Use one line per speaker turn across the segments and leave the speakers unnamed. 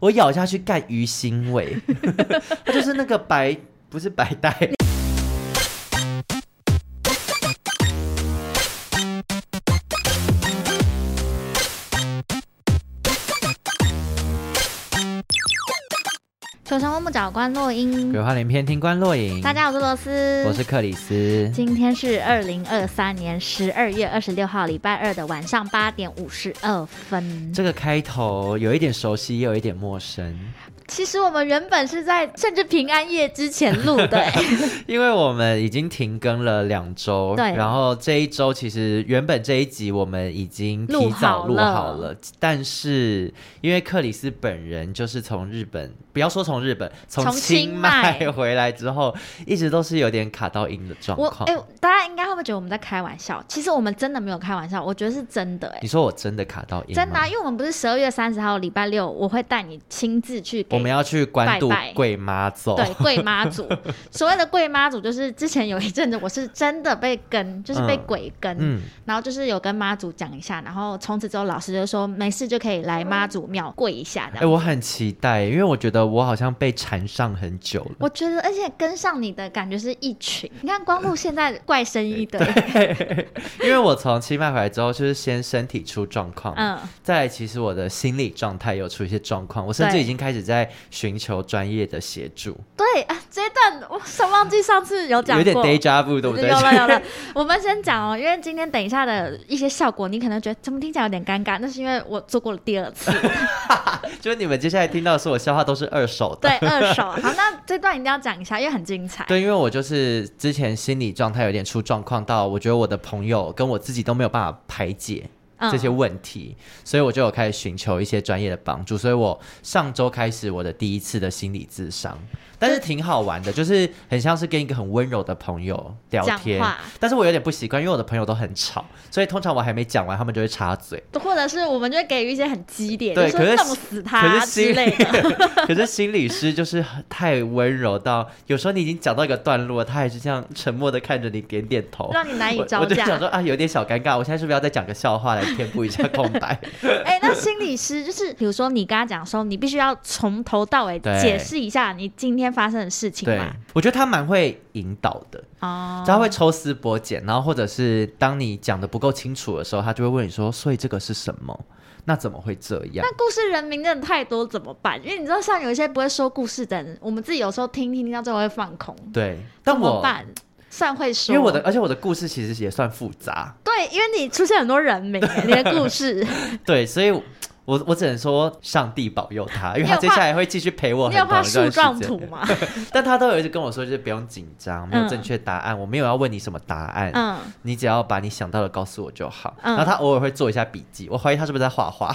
我咬下去盖鱼腥 味，它就是那个白，不是白带。
求神问不找关洛英
鬼，话连篇，听官落影。
大家好，我是罗斯，
我是克里斯。
今天是二零二三年十二月二十六号，礼拜二的晚上八点五十二分。
这个开头有一点熟悉，也有一点陌生，
其实我们原本是在甚至平安夜之前录 的、欸
因为我们已经停更了两周。
对
然后这一周其实原本这一集我们已经提早录
录好了
好了，但是因为克里斯本人就是从日本，不要说从日本，从
从清
清迈
迈
回来之后，一直都是有点卡到音的状
我
况。
哎、大家应该会不会觉得我们在开玩笑？其实我们真的没有开玩笑，我觉得是真的哎、
你说我真的卡到音吗？
真的啊、因为我们不是十二月三十号礼拜六，我会带你亲自去给
我们要去关渡
拜拜
贵妈走。
对贵妈 祖，所谓的贵妈祖就是之前有一阵子我是真的被跟，就是被
嗯
鬼跟，
嗯，
然后就是有跟妈祖讲一下，然后从此之后老师就说没事就可以来妈祖庙跪一下这
哎、
样。
我很期待，因为我觉得我好像被缠上很久 了。
我觉得，而且跟上你的感觉是一群。你看光路现在怪生 意的，
因为我从清迈回来之后，就是先身体出状况，
嗯，
再来其实我的心理状态有出一些状况，我甚至
对
已经开始在寻求专业的协助，
对啊，这一段我是忘记上次有讲
有点
过。
deja vu，对不对？
有了有 了，我们先讲哦，因为今天等一下的一些效果，你可能觉得怎么听起来有点尴尬，那是因为我做过了第二次，
就是你们接下来听到的是我笑话都是二手的。
对二手。好，那这段一定要讲一下，因为很精彩。
对，因为我就是之前心理状态有点出状况，到我觉得我的朋友跟我自己都没有办法排解，
嗯
这些问题，所以我就有开始寻求一些专业的帮助。所以我上周开始我的第一次的心理智商，但是挺好玩的，就是很像是跟一个很温柔的朋友聊
讲
天
话。
但是我有点不习惯，因为我的朋友都很吵，所以通常我还没讲完，他们就会插 嘴。
或者是我们就会给予一些很激烈，
对
就
可是
说弄死
可
他
是心
之 类的。
可是心理师就是很太温柔到，有时候你已经讲到一个段落，他还是这样沉默的看着你，点点头。
让你啊难以
我
招
我就
架。
想说啊，有点小尴尬，我现在是不是要再讲个笑话来填补一下空 白？
哎、那心理师就是，比如说你跟他讲说，你必须要从头到尾
对
解释一下你今天发生的事情
对
嘛。，
我觉得他蛮会引导的。
哦，
他会抽丝剥茧，然后或者是当你讲的不够清楚的时候，他就会问你说：“所以这个是什么？那怎么会这样
那故事人名真的太多怎么办？因为你知道，像有一些不会说故事的人，我们自己有时候听听听到最后会放空。？”
对，但
怎么
我
办？算会说，
因为我的，而且我的故事其实也算复杂，
对，因为你出现很多人名，哎你的故事，
对，所以我我我只能说上帝保佑 他，因为
你
他
有
接下来会继续陪 我
你
很
有
长
画
一
树
段
状
时
图
间。
吗？
但他都有一直跟我说，就是不用紧张，没有
嗯
正确答案，我没有要问你什么答案，
嗯，
你只要把你想到的告诉我就好。
嗯
然后他偶尔会做一下笔记，我怀疑他是不是在画 画。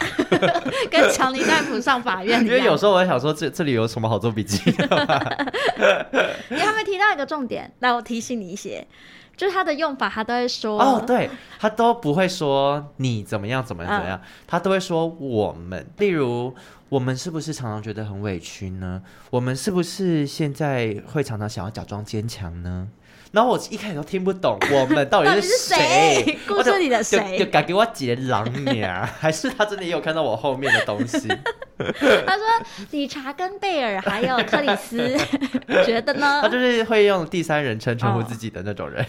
跟强尼戴普上法院一
因为
样。
有时候我会想说这这里有什么好做笔记的吗？
因为他们提到一个重点，那我提醒你一些，就是他的用法，他都会说
哦，对他都不会说你怎么样怎么样怎
嗯
么样，他都会说我们。例如，我们是不是常常觉得很委屈呢？我们是不是现在会常常想要假装坚强呢？然后我一开始都听不懂我们到
到
底
底
是
是谁
谁，
故事里的
就
谁
就敢给我解狼娘， 还是他真的也有看到我后面的东西？
他说理查跟贝尔还有克里斯， 觉得
他
呢？
就是会用第三人称
哦
称呼自己的那种人。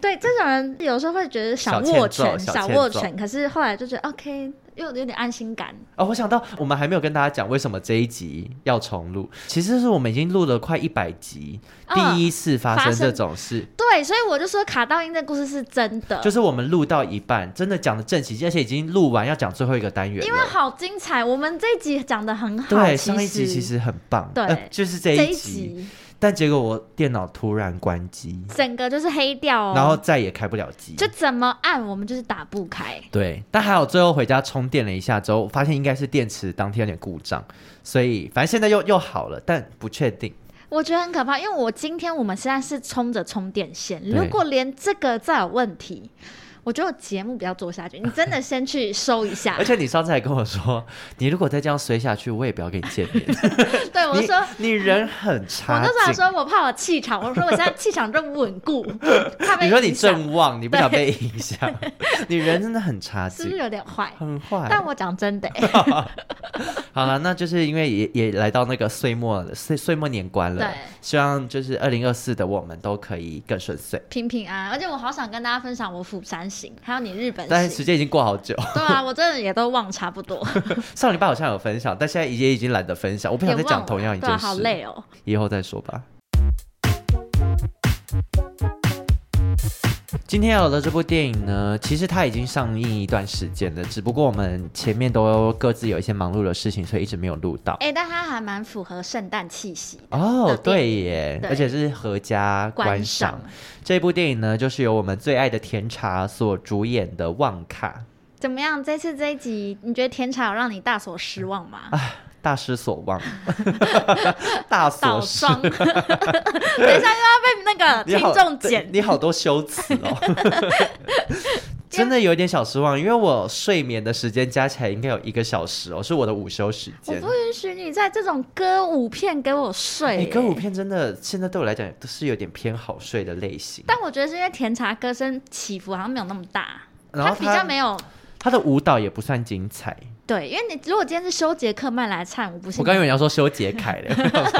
对，这种人有时候会觉得想
小
握
欠揍
拳，
小
想
欠
握
揍
拳，可是后来就觉得 OK，又有点安心感。
哦，我想到我们还没有跟大家讲为什么这一集要重录，其实是我们已经录了快一百集，
嗯
第一次发
发
生
生
这种事，
对，所以我就说卡到音这故事是真的，
就是我们录到一半，真的讲的正齐，而且已经录完要讲最后一个单元
因为
了。
好精彩，我们这一集讲的很好。
对，
其
上一集其实很棒，
对
呃就是这
这一
集，
集
但结果我电脑突然关机，
整个就是黑掉哦。
然后再也开不了机。
就怎么按我们就是打不开，
对，但还好最后回家充电了一下之后，发现应该是电池当天有点故障，所以反正现在又又好了，但不确定。
我觉得很可怕。因为我今天我们现在是冲着充电线，
对
如果连这个再有问题，我觉得我节目不要做下 去。你真的先去收一下
而。且你上次还跟我说，你如果再这样衰下去，我也不要跟你见面。
对 我说，
哎你你人很
我
差
那时候还
劲。
说我怕我气场，我说我现在气场这么稳 固，怕被
你说你
影响
正旺，你不想被影 响，你人真的很差
是不是
劲，
有点坏？
很坏。
但我讲真的、哎
好了，那就是因为也也来到那个岁末了岁岁末年关了
对，
希望就是二零二四的我们都可以更顺遂。
平平安安。而且我好想跟大家分享我釜山行，还有你日本
但是时
行。
间已经过好久，
对啊，我真的也都忘差不多，
上礼拜好像有分享，但现在也已经懒得分享，我 不
也
想
忘
再
了
讲同样一件
对
事，
啊，好累哦。
以后再说吧。今天要聊的这部电影呢，其实它已经上映一段时间了，只不过我们前面都各自有一些忙碌的事情，所以一直没有录到。
哎、但它还蛮符合圣诞气息的。
哦
的，电
对耶，
哎对
而且是合家观
观
赏
赏。
这部电影呢，就是由我们最爱的甜茶所主演的《旺卡
怎么样？这次这一集，你觉得甜茶有让你大所失望吗？
啊大失所 望》，大
倒
所失
装，等 一下又要被那 个
你
听
好
众
对
剪。
你好多修辞哦。 真的有点小失望，因为我睡眠的时间加起来应该有一个小时哦，是我的午休时
我
间
不。允许你在这种歌舞片给我睡、
哎，歌舞。片真的现在对我来讲都是有点偏好睡的类型，
但我觉得是因为甜茶歌声起伏好像没有那么大，
然后
它比较没有
他的舞蹈也不算精彩。
对，因为你如果今天是修杰克曼来唱，我不信。
我刚以为你要说修杰楷嘞，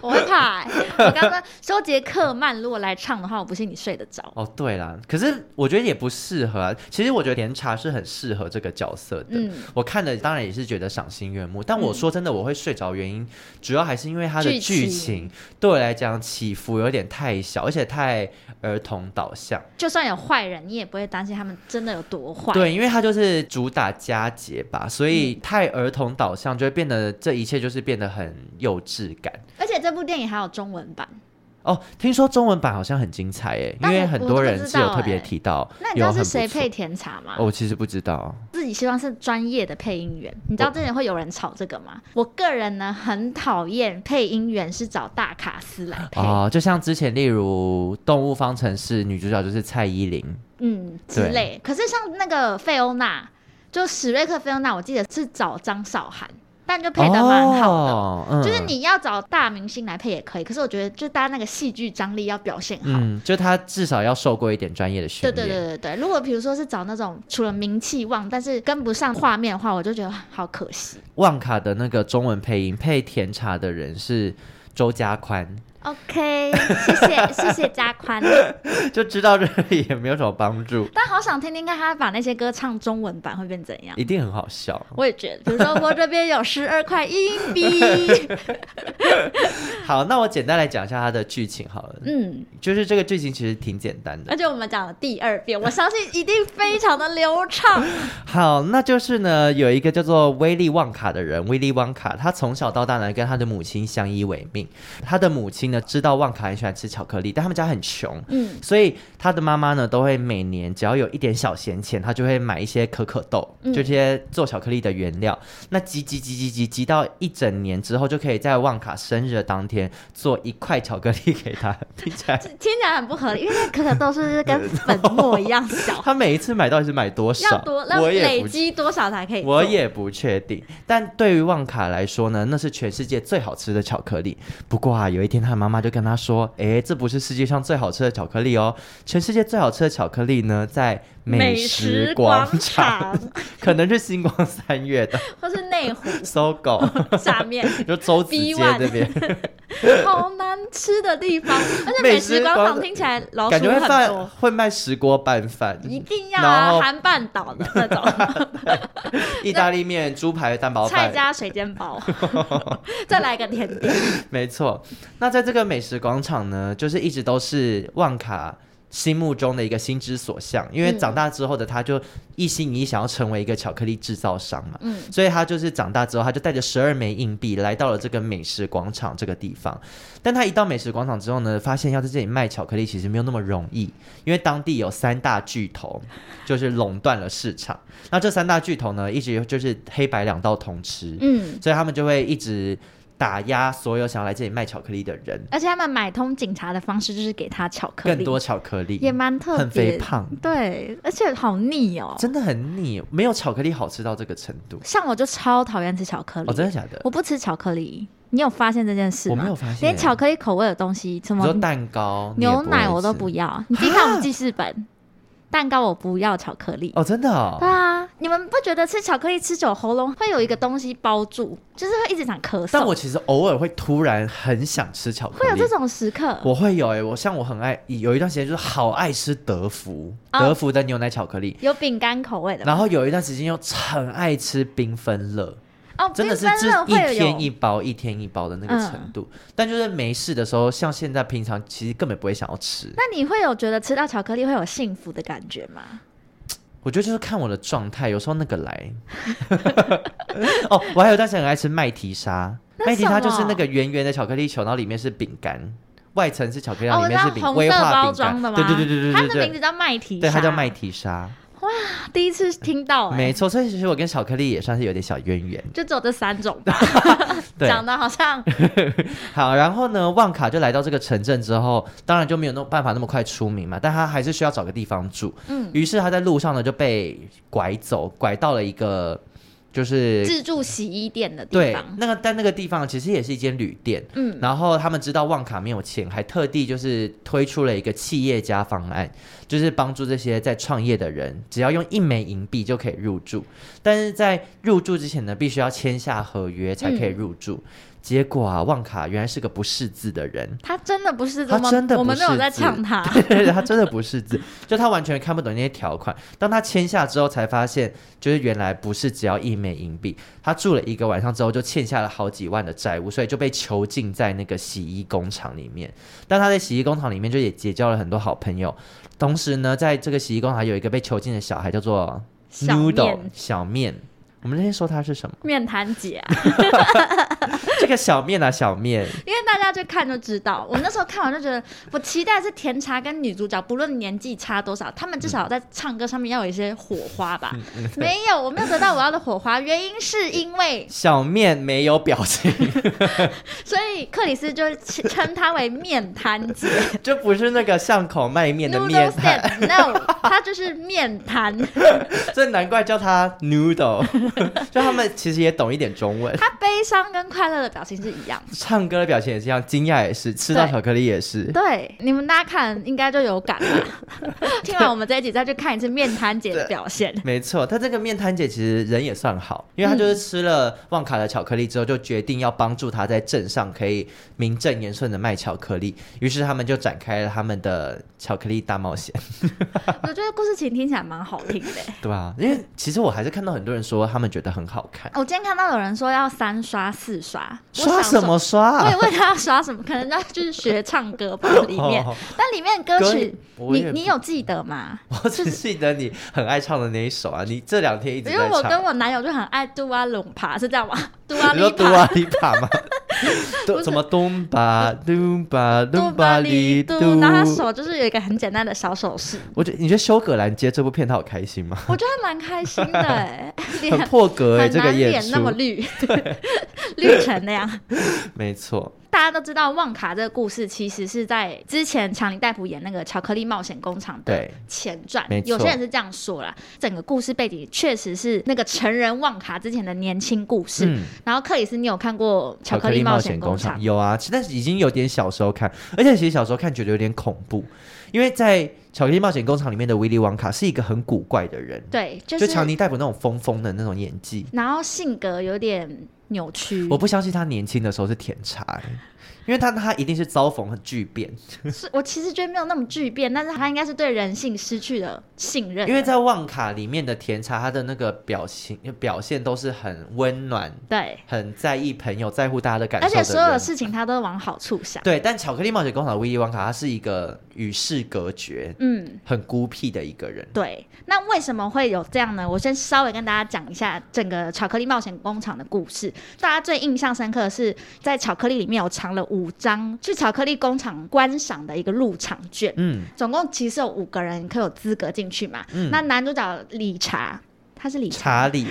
我会怕、欸。 我刚刚说修杰克曼如果来唱的话，我不信你睡得着。
哦，对啦，可是我觉得也不适合啊。其实我觉得甜茶是很适合这个角色的。
嗯
我看了当然也是觉得赏心悦目，但我说真的，我会睡着原因、主要还是因为它的
剧
剧
情
情对我来讲起伏有点太小，而且太儿童导向。
就算有坏人，你也不会担心他们真的有多坏。嗯
对，因为它就是主打佳节吧，所以太儿童导向就会变得这一切就是变得很幼稚感。
而且这部电影还有中文版，
哦，听说中文版好像很精彩诶，因
但
为
我
很
我
多
都不
人
知
是有
道
特别
欸
提到，
那你知
有
道
很
是
不
谁
错
配？甜茶吗？
哦我其实不知道。
自己希望是专业的配音员。你知
哦
道之前会有人吵这个吗？我个人呢很讨厌配音员是找大卡司来配，
哦，就像之前，例如《动物方程式》女主角就是蔡依林，
嗯之类。可是像那个费欧娜，就史瑞克菲欧娜，我记得是找张韶涵，但就配的蛮好的。
哦嗯
就是你要找大明星来配也可以，可是我觉得就大家那个戏剧张力要表现好。
嗯，就她至少要受过一点专业的训
对
练。
对对对对，如果比如说是找那种除了名气旺，但是跟不上画面的话，我就觉得好可惜。
旺卡的那个中文配音配甜茶的人是周家宽，
OK，谢谢谢谢加宽，
就知道这也没有什么帮助，
但好想听听看他把那些歌唱中文版会变怎样。
一定很好笑。
我也觉得，比如说我这边有十二块硬币，
好，那我简单来讲一下它的剧情好了，
嗯，
就是这个剧情其实挺简单的。
而且我们讲了第二遍，我相信一定非常的流畅。
好，那就是呢，有一个叫做威利旺卡的人，威利旺卡，他从小到大呢跟他的母亲相依为命。他的母亲呢知道旺卡很喜欢吃巧克力，但他们家很穷，
嗯，
所以他的妈妈呢都会每年只要有一点小闲钱，他就会买一些可可豆，
嗯
就这些做巧克力的原料。那集集集集集集到一整年之后，就可以在旺卡生日的当天做一块巧克力给他。 听起来
这听起来很不合理，因为那可可豆是不是跟粉末一样 小？
他每一次买到底是买多
要
少？
多要
我也
累
不
积多少才可以？
我，也不确定，但对于旺卡来说呢，那是全世界最好吃的巧克力。不过啊，有一天他妈妈就跟他说：“诶，这不是世界上最好吃的巧克力哦，全世界最好吃的巧克力呢，在
美
食
食
广
广
场， 可能是星光三月的
或是内湖
搜狗，
下面，
就周子街
B one
这边，
好难吃的地 方，而且
美
美
食
食广
广
场
场
听起来老鼠
感觉会
很
贩
多。
会卖石锅拌饭、
一定要
然后
啊，韩半岛的 那种
意大利面、猪排蛋包
菜
饭，
加水煎包， 再来一个甜点。
没错，那在这个美食广场呢，就是一直都是旺卡心目中的一个心之所向，因为
嗯
长大之后的他就一心一意想要成为一个巧克力制造商嘛，
嗯
所以他就是长大之后，他就带着十二枚硬币来到了这个美食广场这个地方。但他一到美食广场之后呢，发现要在这里卖巧克力其实没有那么容易，因为当地有三大巨头就是垄断了市场。那这三大巨头呢，一直就是黑白两道通吃，
嗯，
所以他们就会一直打压所有想要来这里卖巧克力的人，
而且他们买通警察的方式就是给他巧克力，
更多巧克力，
也蛮特别，
很肥胖，
对，而且好腻哦。
真的很腻，没有巧克力好吃到这个程度。
像我就超讨厌吃巧克力，
哦，真的假的？
我不吃巧克力。你有发现这件事
我
吗？
没有发现
连巧克力口味的东西，什
你
么
说蛋糕、你也
牛
会
奶我都
吃
不要。你自己看 我们记事本，蛋糕我不要巧克力。
哦，真的
对
哦。
啊，你们不觉得吃巧克力吃久喉咙会有一个东西包住，就是会一直想咳嗽？
但我其实偶尔会突然很想吃巧克力，
会有这种时刻，
我会有哎、我像我很爱有一段时间就是好爱吃德芙，
哦
德芙的牛奶巧克力，
有饼干口味的吗，
然后有一段时间又很爱吃缤纷乐，
哦，
真的是
缤纷
这
乐
一
会有嗯
天一包一天一包的那个程度。但就是没事的时候，像现在平常其实根本不会想要吃。
那你会有觉得吃到巧克力会有幸福的感觉吗？
我觉得就是看我的状态，有时候那个 来。哦，我还有一段时间很爱吃麦提莎，
那
麦提
什
莎
么
就是那个圆圆的巧克力球，然后里面是饼干，外层是巧克力，然
哦，
后
我
啊里
知
面
道
是饼，
红
威
色
化
包
饼干。
装的吗？
对对对对
它
对
的
对
名字叫麦提莎，
对，它叫麦提莎，
第一次听到、欸，
没错。所以其实我跟巧克力也算是有点小渊源。
就只有这三种吧，
对
讲的 好像
好，然后呢，旺卡就来到这个城镇之后，当然就没有那办法那么快出名嘛，但他还是需要找个地方住。
嗯
于是他在路上呢就被拐走，拐到了一个就是
自助洗衣店的地
对
方，
那个但那个地方其实也是一间旅店。
嗯，
然后他们知道旺卡没有钱，还特地就是推出了一个企业家方案，就是帮助这些在创业的人，只要用一枚银币就可以入住。但是在入住之前呢，必须要签下合约才
嗯
可以入住。结果啊，旺卡原来是个不识字的人，
他真的不是这么，
他真的不是
我们没有在呛他，
对对对，他真的不识字，就他完全看不懂那些条款。当他签下之后，才发现就是原来不是只要一枚银币，他住了一个晚上之后就欠下了好几万的债务，所以就被囚禁在那个洗衣工厂里面。但他在洗衣工厂里面就也结交了很多好朋友，同时呢，在这个洗衣工厂还有一个被囚禁的小孩叫做
小
Noodle
面
小面。我们那天说他是什么？
面谈姐啊、
这个小面啊，小面，
因为大家就看就知道，我那时候看完就觉得，我期待是甜茶跟女主角，不论年纪差多少，他们至少在唱歌上面要有一些火花吧。没有，我没有得到我要的火花，原因是因为，
小面没有表情。
所以克里斯就称她为面摊姐
就不是那个巷口卖面的面
（noodle
摊，
stand），no，她就是面摊。
所以难怪叫它 noodle。就 他们其实也懂一点中文，
她悲伤跟快乐的表情是一样的。
唱歌的表情也是一样，惊讶也是，吃到
对
巧克力也是。
对，你们大家看应该就有感了。听完我们这一集再去看一次面摊姐的表现。
没错，她这个面摊姐其实人也算好，因为她就是吃了旺卡的巧克力之后，就决定要帮助她在镇上可以名正言顺的卖巧克力。于是他们就展开了他们的巧克力大冒 险，
我觉得故事情听起来蛮好听的。
对吧、因为其实我还是看到很多人说他们觉得很好看，
哦我今天看到有人说要三刷四刷，我
刷
想
什么
说？
刷
我
啊？
也问他要刷什么，可能那就是学唱歌吧里面
哦，
但里面歌曲
歌我
你
也
你有记得吗？
我只记得你很爱唱的那一首啊，你这两天一直
因
在
为
唱。
我跟我男友就很爱杜阿龙爬，是这样吗？杜 阿
你说
丽
嘟
爬，
啊里啪 吗？嘟怎么咚吧咚吧
杜
咚
巴
吧
啊里
里
杜
啊嘟？，
然后他手就是有一个很简单的小手 势，
我觉得你觉得修格兰接这部片他好开心 吗？
我觉得还蛮开心的哎、脸
很破格哎、
很
这个
难
演
脸那么
出
绿， 绿成那样。
没错，
大家都知道，旺卡这个故事其实是在之前强尼戴普演那个《巧克力冒险工厂》的
对
前传
没，错
有些人是这样说啦。整个故事背景确实是那个成人旺卡之前的年轻故事。
嗯
然后克里斯，你有看过《巧克
力
力冒
险
险
工
工厂》？
有啊，其但是已经有点小时候看，而且其实小时候看觉得有点恐怖，因为在《巧克力冒险工厂》里面的威利旺卡是一个很古怪的人，
对，就，
就是强尼戴普那种疯疯的那种演技。
然后性格有点扭曲
我。不相信他年轻的时候是甜茶、欸因为他他一定是遭逢很巨变，
是我其实觉得没有那么巨变，但是他应该是对人性失去了信任了，
因为在旺卡里面的甜茶，他的那个表情表现都是很温暖，
对，
很在意朋友，在乎大家的感
而
受的
且
人。
所有的事情他都往好处想，
对，但巧克力冒险工厂的威利旺卡，他是一个与世隔绝、
嗯。
很孤僻的一个人。
对，那为什么会有这样呢？我先稍微跟大家讲一下整个巧克力冒险工厂的故事。大家最印象深刻的是在巧克力里面有藏了五张去巧克力工厂观赏的一个入场券，
嗯，
总共其实有五个人可以有资格进去嘛。
嗯
那男主角理查。他是理查，
查理，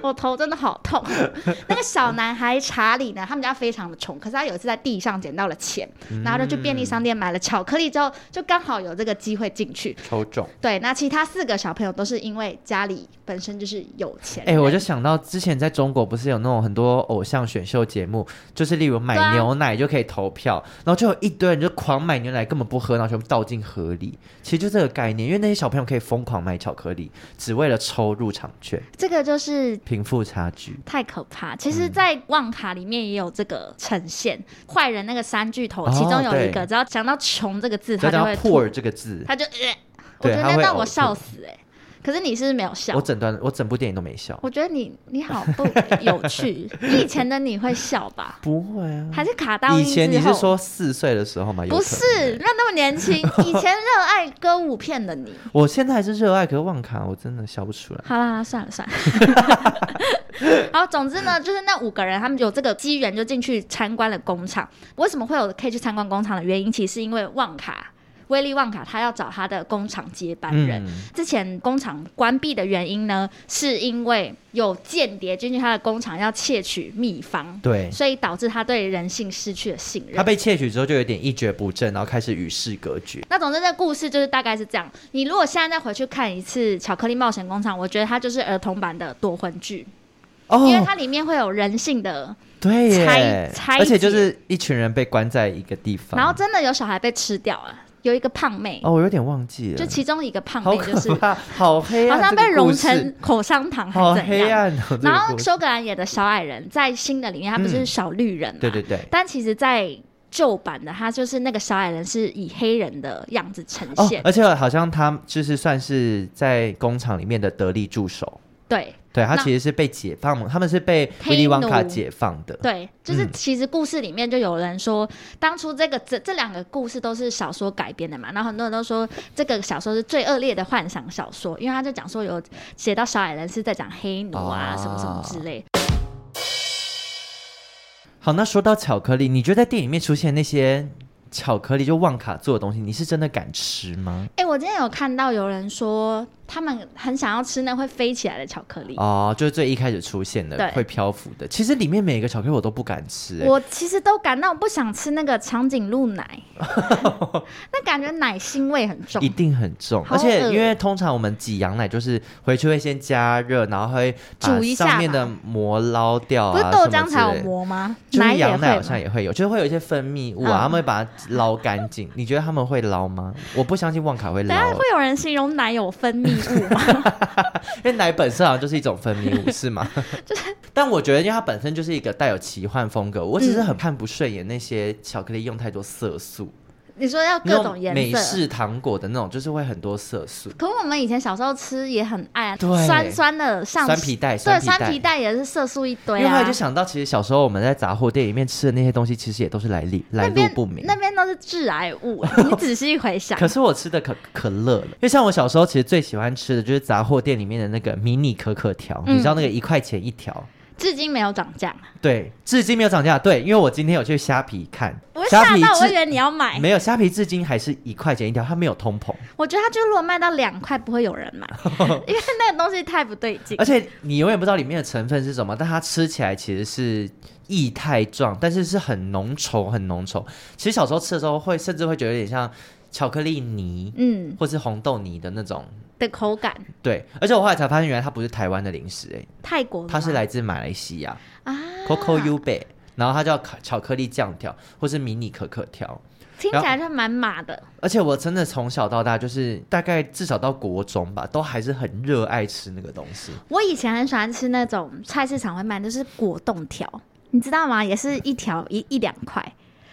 我头真的好痛。 那个小男孩查理呢，他们家非常的穷，可是他有一次在地上捡到了钱，
嗯
然后就去便利商店买了巧克力，之后就刚好有这个机会进去。
抽 中。
对，那其他四个小朋友都是因为家里本身就是有钱
哎、
人。
我就想到之前在中国不是有那种很多偶像选秀节目，就是例如
对啊
买牛奶就可以投票，然后就有一堆人就狂买牛奶，根本不喝，然后全部倒进河里。其实就这个概念，因为那些小朋友可以疯狂买巧克力，只为了抽入场券，
这个就是
贫富差距。
太可怕。其实，在旺卡里面也有这个呈现，坏人那个三巨头，
哦
其中有一个
对
只要讲到“穷”这个字，他
再
就
加
会
上
吐
“poor” 这个字，
他就呃，我
对
觉得
他
那
会
让
呕
我
吐
笑死哎、可是你是不是没有笑
我？整段我整部电影都没笑。
我觉得你你好不有 趣，你以前的你会笑吧？
不会啊，
还是卡到
以前你是说四岁的时候吗？有
不
可能
是？没有那么年轻，以前热爱歌舞片的你。
我现在还是热爱，可是忘卡我真的笑不出来。
好啦，算了算了。 好，总之呢，就是那五个人，他们有这个机缘就进去参观了工厂。为什么会有可以去参观工厂的原因？其实是因为旺卡威利旺卡他要找他的工厂接班人。
嗯
之前工厂关闭的原因呢，是因为有间谍进去他的工厂要窃取秘方，
对，
所以导致他对人性失去了信任
他。被窃取之后就有点一蹶不振，然后开始与世隔绝。
那总之，这故事就是大概是这样。你如果现在再回去看一次《巧克力冒险工厂》，我觉得它就是儿童版的夺魂剧。因为
哦，
它里面会有人性的，
对
拆
耶
拆，
而且就
解
是一群人被关在一个地方。
然后真的有小孩被吃掉啊，有一个胖妹，
哦，我有点忘记了，
就其中一个胖
好
妹就是
可怕，好黑
好
暗，
像
这个
被融
故事
成口香糖
好
还是怎
黑
样。
暗哦。这个
然后
故事
修格兰演的小矮人在新的里面，他不是
嗯
小绿人嘛？
对对对，
但其实，在旧版的他就是那个小矮人是以黑人的样子呈
哦
现，，
而且好像他就是算是在工厂里面的得力助手。
对
对他
那
其实是被解放，他们是被
黑
威利旺卡
奴
解放的。
对，就是
嗯
其实故事里面就有人说，当初这个这这两个故事都是小说改编的嘛，然后很多人都说这个小说是最恶劣的幻想小说，因为他就讲说有写到小矮人是在讲黑奴啊、
啊
什么什么之类，
好，那说到巧克力，你觉得在电影里面出现那些巧克力就旺卡做的东西，你是真的敢吃吗？
哎、我今天有看到有人说他们很想要吃那会飞起来的巧克力。
哦，就是最一开始出现的
对
会漂浮的，其实里面每个巧克力我都不敢吃、欸。
我其实都感到不想吃那个长颈鹿 奶，那感觉奶腥味很重
一。定很重，
好
而且因
恶
为通常我们挤羊奶就是回去会先加热，然后会把
煮一下
上面
吧
的膜捞掉、啊，
不是
什
豆浆
么
才
之
有
类的，
膜吗？
就是
也
羊奶
会
好
吗？
像也会有，就是啊会有一些分泌物啊，
嗯
他们会把它捞干净。你觉得他们会捞吗？我不相信旺卡会捞、
等下
欸，
会有人形容奶有分泌物吗？
因为奶本身好像就是一种分泌物，是 吗？但我觉得，因为它本身就是一个带有奇幻风格，我只是很看不顺眼那些巧克力用太多色素，
你说要各
那
种
种
颜
美
色。
式糖果的那种，就是会很多色素，
可我们以前小时候吃也很爱啊，
对
酸酸的像
酸皮带，
对，
皮带。
酸皮带也是色素一
因
堆
为后来
啊
就。想到，其实小时候我们在杂货店里面吃的那些东西，其实也都是来历来
那
路
边
不明。
那边都是致癌物， 你仔细回想
可，是我吃的可可乐了，因为像我小时候其实最喜欢吃的就是杂货店里面的那个迷你可可条，
嗯
你知道那个一块钱一条，
至今没有涨价。
对，至今没有涨价。对，因为我今天有去虾皮看
我，会
虾
吓
皮
到，我会
至
以为你要买。
没有虾皮至今还是一块钱一条，它没有通膨，
我觉得它就如果卖到两块，不会有人 买，因为那个东西太不对劲
而。且你永远不知道里面的成分是什么，但它吃起来其实是液态状，但是是很浓稠，很浓稠。其实小时候吃的时候会甚至会觉得有点像巧克力泥
嗯，
或是红豆泥的那种。
的口感，
对，而且我后来才发现，原来它不是台湾的零食、欸，
泰国的吗
它是来自马来西亚。
啊
Coco U 贝，然后它叫巧巧克力酱条或是迷你可可条。
听起来就蛮马的。
而且我真的从小到大，就是大概至少到国中吧，都还是很热爱吃那个东西。
我以前很喜欢吃那种菜市场会卖，就是果冻条。你知道吗？也是一条一一两块，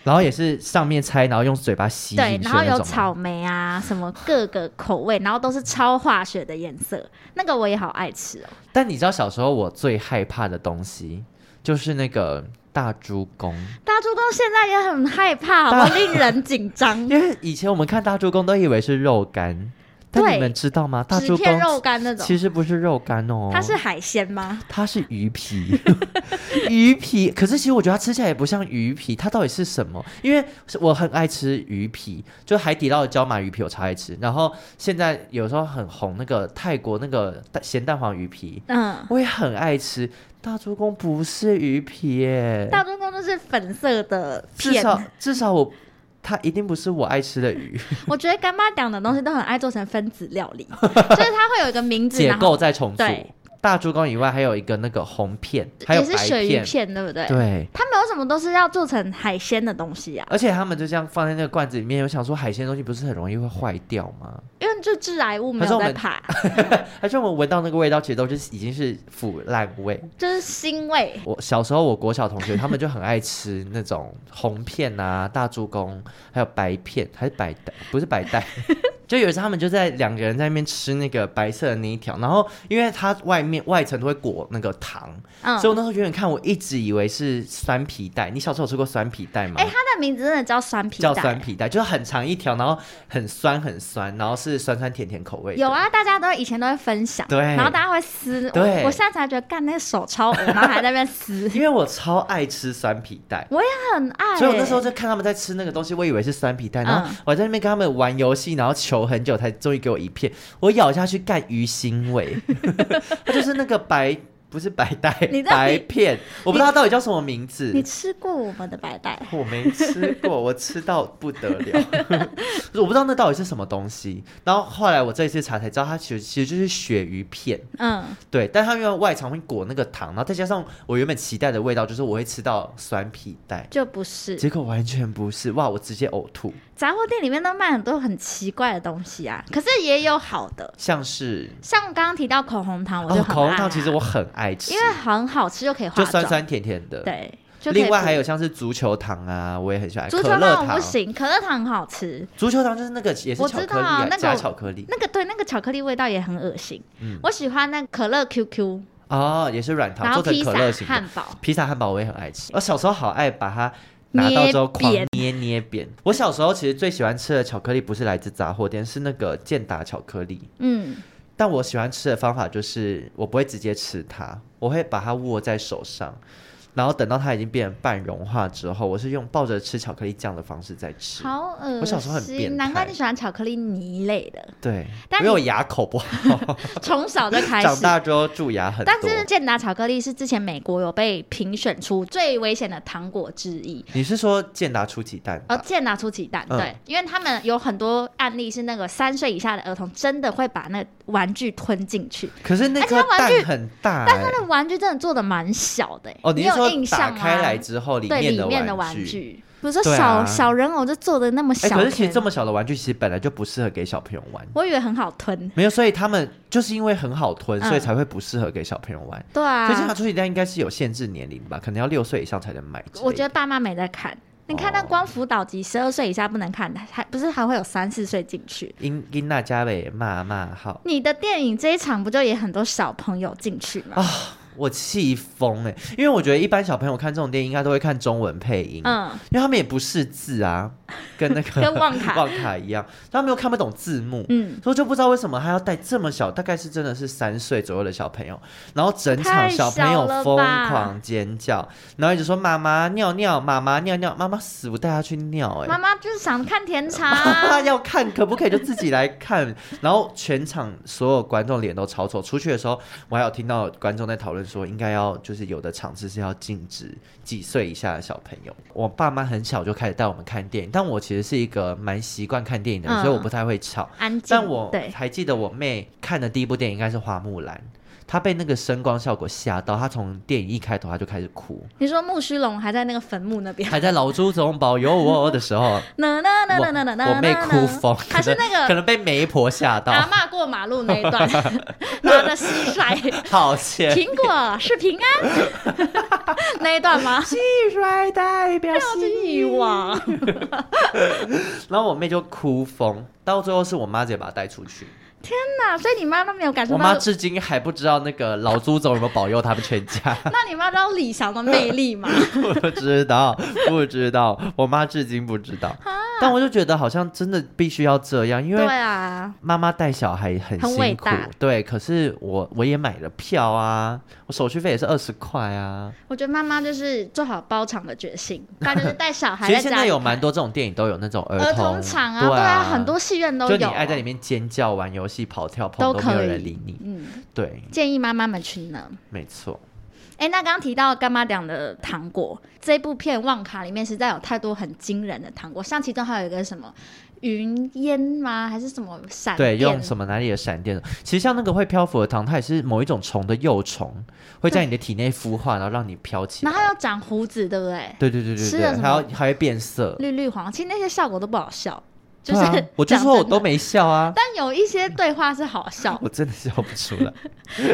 然后也是上面拆，然后用嘴巴吸进去
对，然后
的那
有
种吗
草莓啊，什么各个口味，然后都是超化学的颜色，那个我也好爱吃哦。
但你知道小时候我最害怕的东西就是那个大猪公，
大猪公现在也很害怕，好不好令人紧张。
因为以前我们看大猪公都以为是肉干，但
对
你们知道 吗？大
纸
猪
片
公
肉干那种，
其实不是肉干哦，
它是海鲜吗？
它是鱼皮， 鱼皮。可是其实我觉得它吃起来也不像鱼皮，它到底是什么？因为是我很爱吃鱼皮，就海底捞的椒麻鱼皮我超爱吃。然后现在有时候很红那个泰国那个蛋咸蛋黄鱼皮，
嗯，
我也很爱吃。大猪公不是鱼皮耶，
大猪公就是粉色的
至
片。
少至少我它一定不是我爱吃的 鱼，
我觉得干妈讲的东西都很爱做成分子料 理，就是它会有一个名字，
解
然后
构再重组
对。
大猪公以外还有一个那个红片，还有
也是
白
鳕鱼
片，
片，对不对？
对。
他们有什么都是要做成海鲜的东西啊，
而且他们就这样放在那个罐子里面，我想说海鲜东西不是很容易会坏掉吗？
因为就致癌物没
可是
有
我
在
们
怕，
而且我们闻到那个味道，其实都是已经是腐烂味。
就是腥味。
我小时候，我国小同学他们就很爱吃那种红片啊、大猪公，还有白片，还是白带，不是白带。 就有一次他们就在两个人在那边吃那个白色的那一条，然后因为它外面外层都会裹那个糖，
嗯，
所以我那时候远远看，我一直以为是酸皮带。你小时候有吃过酸皮带吗？
哎、它的名字真的叫酸皮
叫
蛋。
酸皮带，就是很长一条，然后很酸很酸，然后是酸酸甜甜口味。
有，啊，大家都以前都会分享，
对
然后大家会撕，
对
我我现在才觉得干那个手超恶，然后还在那
，
边撕
因为我超爱吃酸皮带。
我也很爱、欸。
所以我那时候在看他们在吃那个东西，我以为是酸皮带，然后
嗯
我还在那边跟他们玩游戏，然后求很久才终于给我一片，我咬下去干鱼腥味， 它就是那个白不是白带
你知道
白
你
片，我不知道它到底叫什么名字
你。吃过我们的白带？
我没吃过，我吃到不得了， 我不知道那到底是什么东西。然后后来我这一次查才知道，它其实其实就是鳕鱼片。
嗯，
对，但它因为外层会裹那个糖，然后再加上我原本期待的味道，就是我会吃到酸皮带，
就不是。
结果完全不是，哇！我直接呕吐，
杂货店里面都卖很多很奇怪的东西啊，可是也有好的，
像是
像刚刚提到口红糖，我就
哦，
很爱、啊
口红糖其实我很爱吃
因，为很好吃又可以化
就
妆，
酸酸甜甜的。，
对。就可以
另外
补
还有像是足球糖啊，我也很喜欢。
足球
可乐
糖
糖
我不，行，可乐糖很好吃。
足球糖就是那个也是
我
巧
知
克力、
道
啊
那个
加
我
巧克力
那个对，那个巧克力味道也很恶心。
嗯
我喜欢那可乐 QQ，
哦，也是软糖
然后
做成
披
可乐
萨、
型的。
汉堡，
披萨汉堡我也很爱吃，我小时候好爱把它拿到之后狂
捏扁
捏捏扁。我小时候其实最喜欢吃的巧克力不是来自杂货店，是那个健达巧克力。
嗯，
但我喜欢吃的方法就是我不会直接吃它，我会把它握在手上，然后等到它已经变成半融化之后，我是用抱着吃巧克力酱的方式在吃。
好恶心。
我小时候很变态
难怪你喜欢巧克力泥类的，
对，
但
因为我牙口不好，
从小就开
长
始。
大之后蛀牙很多
但。是健达巧克力是之前美国有被评选出最危险的糖果之一。
你是说健达出奇蛋吧？
哦，健达出奇蛋，
啊嗯
对，因为他们有很多案例是那个三岁以下的儿童真的会把那玩具吞进去，
可是那
而且
颗
它玩
蛋
具
很大、欸，
但是那玩具真的做的蛮小的、欸，
哦，
你
是
有
说
印象
打
吗
开来之后里
对
面
里
的
面的
玩
玩
具？
具，比如说
对
小、
啊
小人偶就做的那么
哎、
小、
可是其实这么小的玩具，其实本来就不适合给小朋友玩。
我以为很好吞，
没有，所以他们就是因为很好吞，所以
嗯
才会不适合给小朋友玩。
对啊
所以，健达出奇蛋应该是有限制年龄吧，可能要六岁以上才能买之类的。
我觉得爸妈没在看。你看那
哦
光辅导级，十二岁以下不能看，还不是还会有三四岁进去。
因因娜加伟骂骂好，
你的电影这一场不就也很多小朋友进去吗？
我气疯哎，因为我觉得一般小朋友看这种电影应该都会看中文配音，
嗯，
因为他们也不识字 啊，跟那个
跟旺卡
旺卡一样，他们又看不懂字幕，
嗯，
所以我就不知道为什么他要带这么小，大概是真的是三岁左右的小朋友，然后整场小朋友疯狂尖叫，然后一直说妈妈尿尿，妈妈尿尿，妈妈死不带他去尿、欸，
妈妈就是想 看甜茶
妈妈
啊，
要看，可不可以就自己来看？然后全场所有观众脸都超丑。出去的时候，我还有听到观众在讨论说，应该要就是有的场次是要禁止几岁以下的小朋友。我爸妈很小就开始带我们看电影，但我其实是一个蛮习惯看电影的人，
嗯
所以我不太会吵。
安静。
但我
对，
还记得我妹看的第一部电影应该是《花木兰》，他被那个声光效果吓到，他从电影一开头他就开始哭，
你说木须龙还在那个坟墓那边，
还在老朱总保佑我的时候，
呐呐呐
我
呐呐呐呐
我妹哭疯，
还是那
可能可
个
能被媒婆吓到，
阿嬷过马路那一段，拿着 蟋蟀。
好 险！
苹果是平安 那一段吗？
蟋蟀代表
帝 王，
然后我妹就哭疯，到最后是我妈直接把她带出去。
那啊所以你妈都没有感受
我妈
到，
至今还不知道那个老朱总有没有保佑他们全家，
那你妈知道李翔的魅力吗？
不知道，不知道，我妈至今不知道。但我就觉得好像真的必须要这样，因
啊对
为
啊，
妈妈带小孩很
很伟
辛苦
大，
对。可是我我也买了票啊，我手续费也是二十块啊。
我觉得妈妈就是做好包场的决心，不然就是带小孩
其
在
实现
家
在
里
有
看
蛮多这种电影都有那种
儿
童
童场啊，
对
对啊，很多戏院都
就
有，哦
你爱在里面尖叫、玩游戏、跑跳碰没
都
有
可以
人理你。
嗯，
对，
建议妈妈们去呢。
没错。
哎，那刚刚提到干妈讲的糖果，这部片《旺卡》里面实在有太多很惊人的糖果，像其中还有一个什么云烟吗？还是什么闪
对，
电？
用什么哪里的闪电？其实像那个会漂浮的糖，它也是某一种虫的幼虫，会在你的体内孵化，然后让你飘起来。
然后要长胡子，对不对？
对对对对
吃
对
了，什
还要
么
还会变色。
绿绿黄，其实那些效果都不好笑，就
对
是、
啊， 我就说我都。没笑 啊，
但有一些对话是好笑
我，真的笑不出来。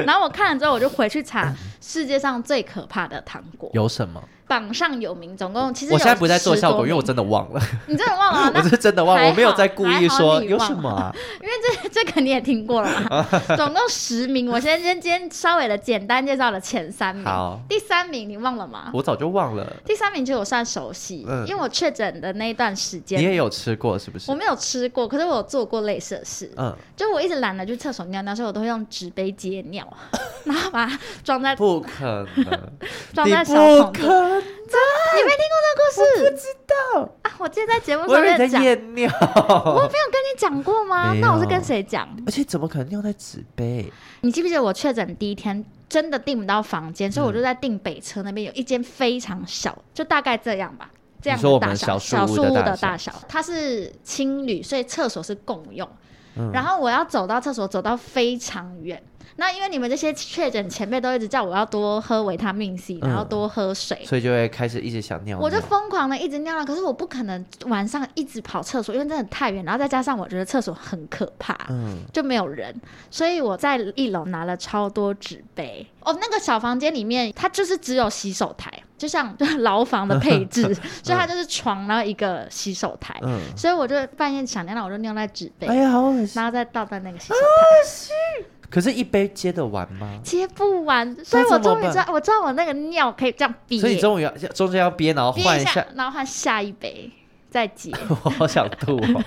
然后我看了之后，我就回去查世界上最可怕的糖果
嗯有什么？
榜上有名，总共其实
我现在
有
不在做
10
效
多
果，因为我
名
真的忘了，
你真的忘了、啊？那
我是真的忘了，
还
我没有
好
在故
还
意
好
说
你
有
忘
什么啊。
因为这这个你也听过了嘛，总共十名，我先先今天稍微的简单介绍了前三名。
好
第三名你忘了吗？
我早就忘了，
第三名其实我算熟悉，
嗯
因为我确诊的那一段时
你
间，
也有吃过是不是
我？没有吃过，可是我有做过类似的事，
嗯，
就我一直懒得去厕所尿尿，所以我都会用纸杯接 尿，然后把它装在
不可能，
装
你
在小
不
桶
可
里。你没听过这个故事？我不知道啊，我记得在节目
我以
上
为
面
你在
讲，
验尿，
我没有跟你讲过吗？
没有
那我是跟谁讲？
而且怎么可能尿在纸杯？
你记不记得我确诊第一天真的订不到房间，
嗯
所以我就在订北车那边有一间非常小，就大概这样吧。这样
你说
的
我
大
们
小，
小树
树
屋的大
的
小
大小，它是青旅，所以厕所是共用。
嗯
然后我要走到厕所，走到非常远。那因为你们这些确诊前辈都一直叫我要多喝维他命 C，
嗯
然后多喝水，
所以就会开始一直想尿尿。
我就疯狂的一直尿了。可是我不可能晚上一直跑厕所，因为真的太远。然后再加上我觉得厕所很可怕，
嗯，
就没有人，所以我在一楼拿了超多纸杯。哦，那个小房间里面，它就是只有洗手台，就像牢房的配 置，所以它就是床，然后一个洗手台。
嗯
所以我就半夜想尿了，我就尿在纸杯，
哎呀，啊好恶心！
然后再倒在那个洗手台，
可是，一杯接得完吗？
接不完。所以我终于知
那
道，我知道我那个尿可以这样憋，
所以你终于要中间要憋，然后
憋
换
一
一
下
下。，
然后换下一杯再接。
我好想吐哦！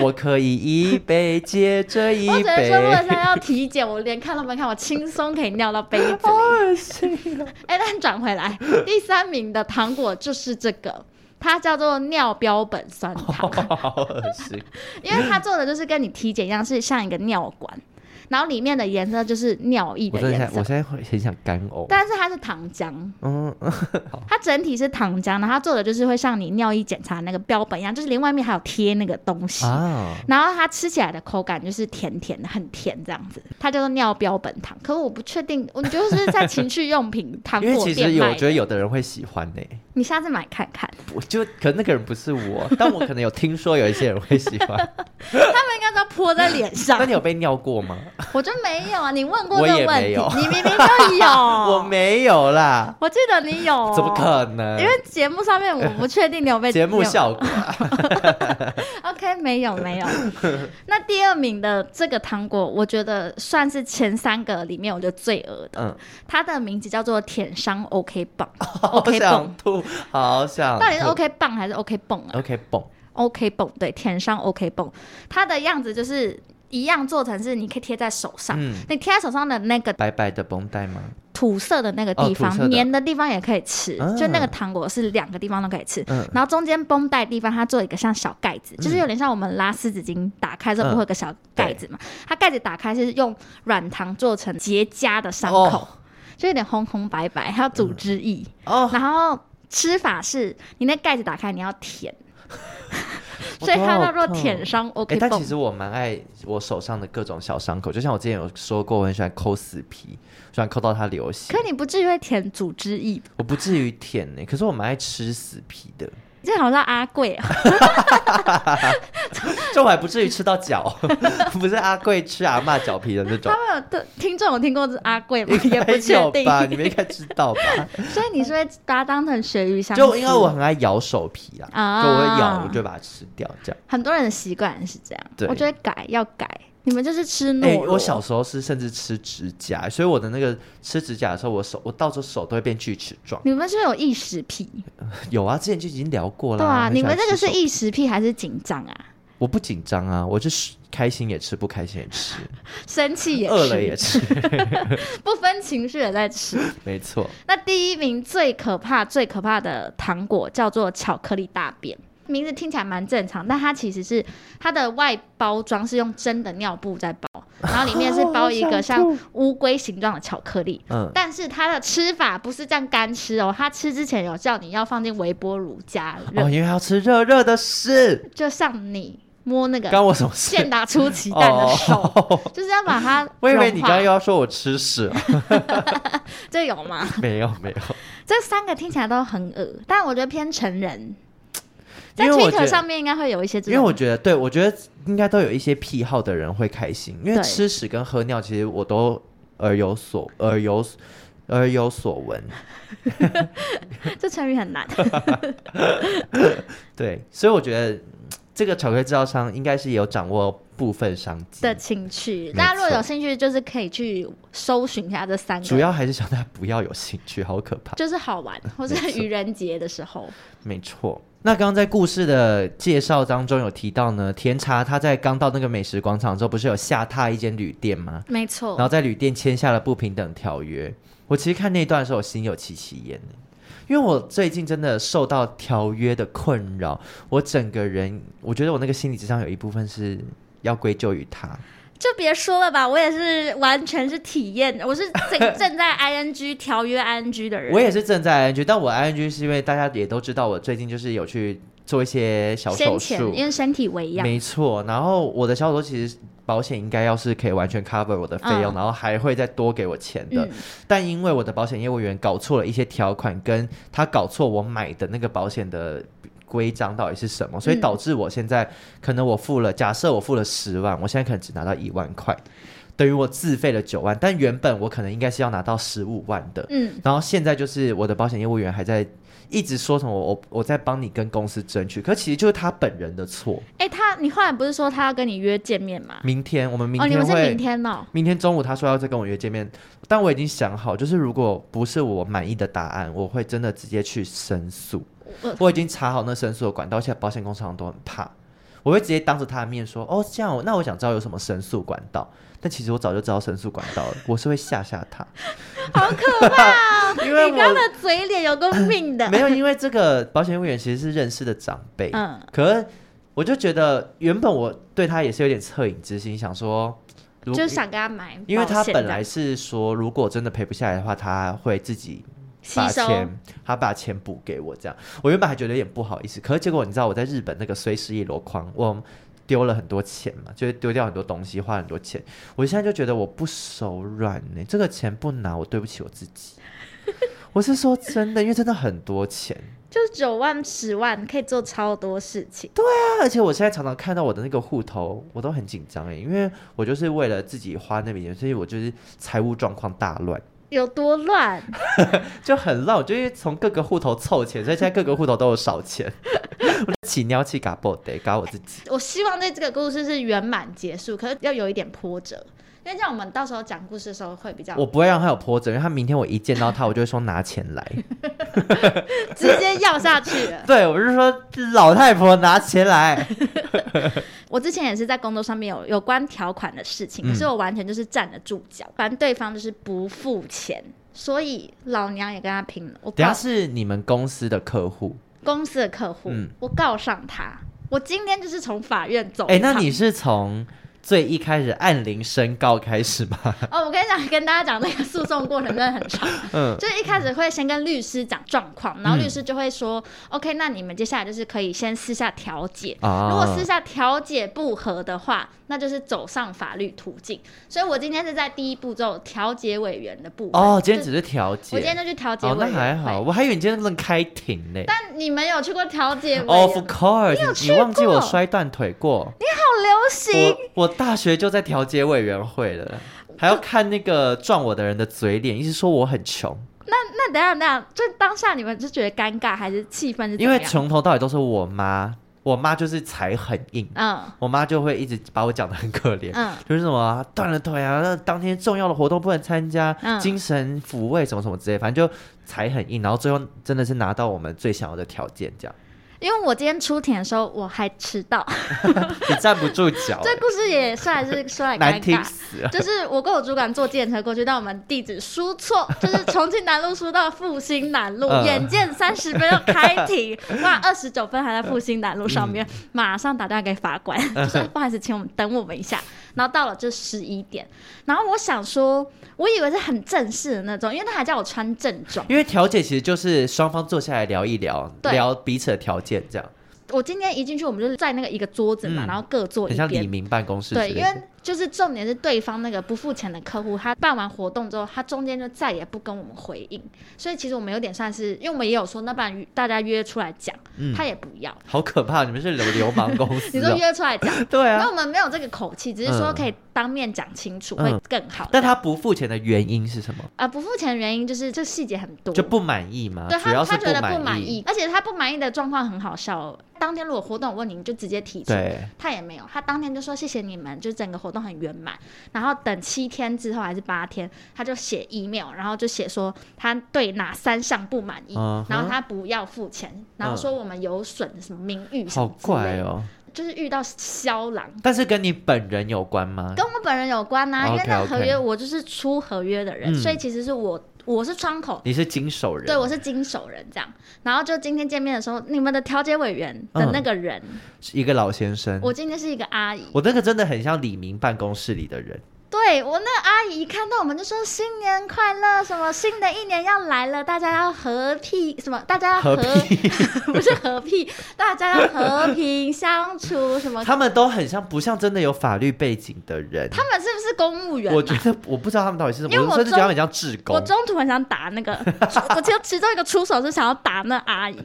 我可以一杯接着一
我只能
杯
说，，如果现在要体检，我连看都没看，我轻松可以尿到杯子里。
好恶心哦！
哎，但转回来，第三名的糖果就是这个，它叫做尿标本酸 糖，
好恶心！
因为它做的就是跟你体检一样，是像一个尿管，然后里面的颜色就是尿液
我
的
真的
颜
想，我
色，
现在会很想干呕。
但是它是糖浆，
嗯，
它整体是糖浆，然后它做的就是会像你尿液检查那个标本一样，就是连外面还有贴那个东西。
啊，
然后它吃起来的口感就是甜甜的，很甜这样子，它叫做尿标本糖。可我不确定，我觉得是在情趣用品糖
因为
果
其
店
实有，
卖
我
的。
觉得有的人会喜欢呢、
你下次买看看。
我就可那个人不是 我，但我可能有听说有一些人会喜欢。
他们应该都泼在脸
那
上
你，有被尿过吗？
我就没有啊。你问过
我
这
也
个问
没
题
有，
你明明就 有，
我，没有啦，
我记得你有，
怎么？可能？
哦因为节目上面我不确定你有被
节目
有
效果，
OK，没有没 有。那第二名的这个糖果，我觉得算是前三个里面我觉得最恶的，
嗯，
它的名字叫做舔伤 OK 棒
好
，OK
想
泵，
吐，好呃想吐。
到底是 OK 棒还是 OK 泵啊
OK 蹦，
？OK 泵对，舔伤 OK 泵，它的样子就是一样做成是你可以贴在手上，
嗯，
你贴在手上的那个
白白的绷带吗？
土色的那个地
哦
方
土色，的
黏的地方也可以吃，
啊
就那个糖果是两个地方都可以吃。
嗯，
然后中间绷带地方，它做一个像小盖子，就是有点像我们拉湿纸巾打开之后
嗯
不会有个小盖子嘛？它盖子打开是用软糖做成结痂的伤口，
哦嗯
就有点红红白白，还有组织液。
哦，
然后吃法是，你那盖子打开你要舔，所以他
头
那
好
若
痛
舔伤
哎、
，OK
但
绷
其。实我蛮爱我手上的各种小伤口，就像我之前有说过，我很喜欢抠死皮，喜欢抠到它流血
可。你不至于会舔组织液吧？
我不至于舔呢、可是我蛮爱吃死皮的，
这好像阿贵 啊，
就我还不至于吃到脚， 不是阿贵吃阿嬷脚皮的那种
他，们有对听众有听过这阿贵吗？
应
也不
该有
确定。
吧？你们应该知道吧？
所以你是会把它当成鳕鱼香？
就因为我很爱咬手皮啦，
啊
就我会咬，我就把它吃掉，这样。
很多人的习惯是这样，
对
我觉得改要改。你们就是吃
哎、
糯、
我小时候是甚至吃指甲，所以我的那个吃指甲的时候，我 手我到时候手都会变锯齿状。
你们是不是有异食癖？
有啊，之前就已经聊过了。
对啊，
很
你
喜欢
们这个
吃
是
手
异食癖还是紧张啊？
我不紧张啊，我就是开心也吃，不开心也吃，
生气 也吃，
饿了也吃，
不分情绪也在吃。
没错。
那第一名最可怕、最可怕的糖果叫做巧克力大便，名字听起来蛮正常，但它其实是它的外包装是用真的尿布在包，然后里面是包一个
哦
像乌龟形状的巧克力。
嗯，
但是它的吃法不是这样干吃哦，它吃之前有叫你要放进微波炉加热，
哦，因为要吃热热的事，
就像你摸那个
关我什么
现
事？
打出奇蛋的手，
哦，
就是要把它
我以为
融
你
化
刚刚又要说我吃屎，啊
这有吗？
没有没有，
这三个听起来都很恶，但我觉得偏成人，在
因为我觉
Twitter
得
上面应该会有一些这
因
种，
为我觉得，对我觉得应该都有一些癖好的人会开心，因为
对
吃屎跟喝尿，其实我都耳有所耳有耳有所闻，
这成语很难。
对，所以我觉得嗯这个巧克力制造商应该是有掌握部分商机
的情趣，
错
大家如果有兴趣，就是可以去搜寻一下这三个，
主要还是想大家不要有兴趣，好可怕。
就是好玩，或者
没错
愚人节的时候，
没错。那刚刚在故事的介绍当中有提到呢，甜茶他在刚到那个美食广场之后，不是有下榻一间旅店吗？
没
然
错，
后在旅店签下了不平等条约。我其实看那一段的时候，我心有戚戚焉呢，因为我最近真的受到条约的困扰，我整个人，我觉得我那个心理智商有一部分是要归咎于他。
就别说了吧，我也是完全是体验，我是正正 在 ing 条约 ing 的人，
我也是正在 ing，但我 ing 是因为大家也都知道，我最近就是有去做一些小手术
先前，因为身体为恙，
没错，然后我的销售其实保险应该要是可以完全 cover 我的费用，
嗯
然后还会再多给我钱的。
嗯
但因为我的保险业务员搞错了一些条款，跟他搞错我买的那个保险的。规章到底是什么？所以
嗯
导致我现在、可能我付了，假设我付了十万，我现在可能只拿到一万块，等于我自费了九万。但原本我可能应该是要拿到十五万的，
嗯，
然后现在就是我的保险业务员还在一直说什么我我我在帮你跟公司争取，可其实就是他本人的错。
哎、他你后来不是说他要跟你约见面吗？
明天我们明
哦，你
天
们是
会，
明天哦，
明天中午他说要再跟我约见面，但我已经想好，就是如果不是我满意的答案，我会真的直接去申诉。
我
我已经查好那申诉的管道，现在保险公司好像都很怕，我会直接当着他的面说：“哦，这样哦，那我想知道有什么申诉管道。”但其实我早就知道申诉管道了，我是会吓吓 他，
好可怕、哦，
因为
你刚
我
的嘴脸有个 命的，
没有因为这个保险业务员其实是认识的长辈，
嗯，
可是我就觉得原本我对他也是有点恻隐之心，想说。如
就是想给他买保险的，
因为他本来是说，如果真的赔不下来的话，他会自己
吸
把
收
钱，他把钱补给我这样。我原本还觉得有点不好意思，可是结果你知道我在日本那个碎尸一箩筐，我丢了很多钱嘛，就是丢掉很多东西，花很多钱。我现在就觉得我不手软呢、这个钱不拿，我对不起我自己。 我是说真的，因为真的很多钱。
就是九万、十万可以做超多事情。
啊而且我现在常常看到我的那个户头，我都很紧张哎，因为我就是为了自己花那笔钱，所以我就是财务状况大乱。
有多乱？
就很乱，我就因为从各个户头凑钱，所以现在各个户头都有少 钱。我起尿气嘎爆得嘎我自己，
我希望在这个故事是圆满结束，可是要有一点波折，因为这样我们到时候讲故事的时候会比 较
我不会让他有波折，因为他明天我一见到他，我就会说拿钱来。
直接要下去 了
对，我就说老太婆拿钱 来。
我之前也是在工作上面有有关条款的事情，
嗯
可是我完全就是站得住脚，反正对方就是不付钱，所以老娘也跟他拼了。我
等一
告
下是你们公司的客户，
公司的客户，
嗯
我告上他，我今天就是从法院走一
哎、
趟。
那你是从最一开始按铃申告开始吧？
哦，我跟你讲，跟大家讲那个诉讼过程真的很长，
嗯
就是一开始会先跟律师讲状况，然后
嗯
律师就会说、o k 那你们接下来就是可以先私下调解。
啊，
如果私下调解不和的话，那就是走上法律途径。所以我今天是在第一步骤调解委员的部分。
哦，今天
就
只是调解，
我今天就去调解
哦，那
委员会。
还好，我还以为你今天能开庭嘞。
但你们有去过调解委员
Of
会
course，
有
你
去
忘记我
过
摔断腿过？
好流行。
我我大学就在调解委员会了，还要看那个撞我的人的嘴脸，一直说我很穷，
那等一下等一下，就当下你们是觉得尴尬还是气氛是怎
因
么
为
样？
从头到尾都是我妈，我妈就是才很硬，
嗯
我妈就会一直把我讲的很可怜。
嗯
就是什么啊断、了腿啊，那当天重要的活动不能参加，
嗯
精神抚慰什么什么之类，反正就才很硬，然后最后真的是拿到我们最想要的条件，这样
因为我今天出庭的时候我还迟到，
你站不住 脚、
这故事也算是说来尴
难听
尬。
死了。
就是我跟我主管坐电车过去，但我们地址输 错，就是重庆南路输到复兴南路，
嗯
眼见三十分要开庭， 哇，二十九分还在复兴南路上面，
嗯
马上打电话给法 官，就说哎不好意思，请我们等我们一下。然后到了就十一点，然后我想说，我以为是很正式的那种，因为他还叫我穿正装。
因为调解其实就是双方坐下来聊一聊，
对
聊彼此的条件，这样
我今天一进去，我们就是在那个一个桌子嘛，
嗯
然后各坐
很
一
像李
边。
明办公室之
对，
类
因
的。
为就是重点是对方那个不付钱的客户，他办完活动之后，他中间就再也不跟我们回应，所以其实我们有点算是，因为我们也有说，那不然大家约出来讲，
嗯
他也不要。
好可怕！你们是流流氓公司、
你
哦
说约出来讲，
对
那
啊，
我们没有这个口气，只是说
嗯
可以当面讲清楚
嗯
会更好。
但他不付钱的原因是什么？
啊不付钱的原因就是这细节很多，
就不满意吗？
对
主
他
要是
他觉得
不
满
意。
而且他不满意的状况很好笑哦。当天如果活动我问你，你就直接提出，
对，
他也没有，他当天就说谢谢你们，就整个活动很圆满。然后等七天之后还是八天，他就写 email，然后就写说他对哪三项不满意
嗯哼
然后他不要付钱，然后说我们有损什么名誉什
好
么之类
怪
的，
哦。
就是遇到肖郎。
但是跟你本人有关吗？
跟我本人有关呐、因为
OK，
那合约
OK
我就是出合约的人
嗯
所以其实是我我是窗口，
你是经手人，
对我是经手人这样。然后就今天见面的时候，你们的调解委员
嗯
的那个人，
是一个老先生。
我今天是一个阿姨，
我那个真的很像李明办公室里的人，
对我那个阿姨一看到我们就说新年快乐，什么新的一年要来了，大家要和平，什么大家要和
何必？
不是和平，大家要和平相处， 什么
他们都很像，不像真的有法律背景的人。
哦他们是不是公务员、
我
啊？
觉得我不知道他们到底是什么，
因为我
甚至觉
中
得他们像志工
我。中途很想打那个， 我其实其中一个出手是想要打那阿姨，因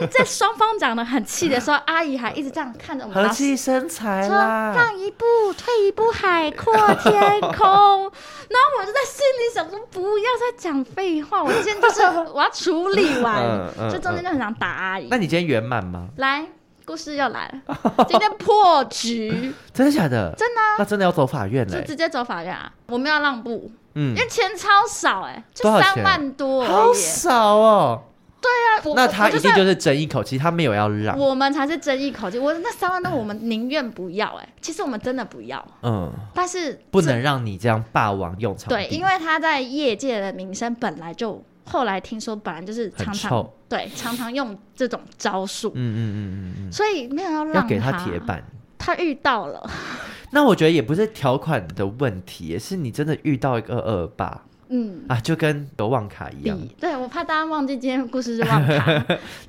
为在双方讲的很气的时候，阿姨还一直这样看着我们，
和
然后
气生财
说
啦！
让一步，退一步，海阔天空。然 后我就在心里想说，不要再讲废话，我今天就是我要处理完
嗯，嗯
就中间就很想打阿姨
那。你今天圆满吗？
来，故事又来了，今天破 局，
真的假的？
真啊
的、 那真的要走法院嘞、
就直接走法院啊！我没有让步，
嗯
因，为钱超少哎，就
多少钱
三万多
好
而已。
少哦。
对啊我
那
我
他
我
一
就
定
算
就是争一口气，他没有要让。
我们才是争一口气，我那三万多我们宁愿不要哎，其实我们真的不要，
嗯，
但是
不能让你这样霸王用场地。
对，因为他在业界的名声本来就，后来听说本来就是
很
常常
臭
对常常用这种招数，
嗯嗯嗯嗯
所以没有要
嗯，要
让
给他铁，板。
他遇到了，
那我觉得也不是条款的问题，也是你真的遇到一个恶霸
嗯。
啊，就跟德旺卡一样。
比对，我怕大家忘记今天的故事是忘卡。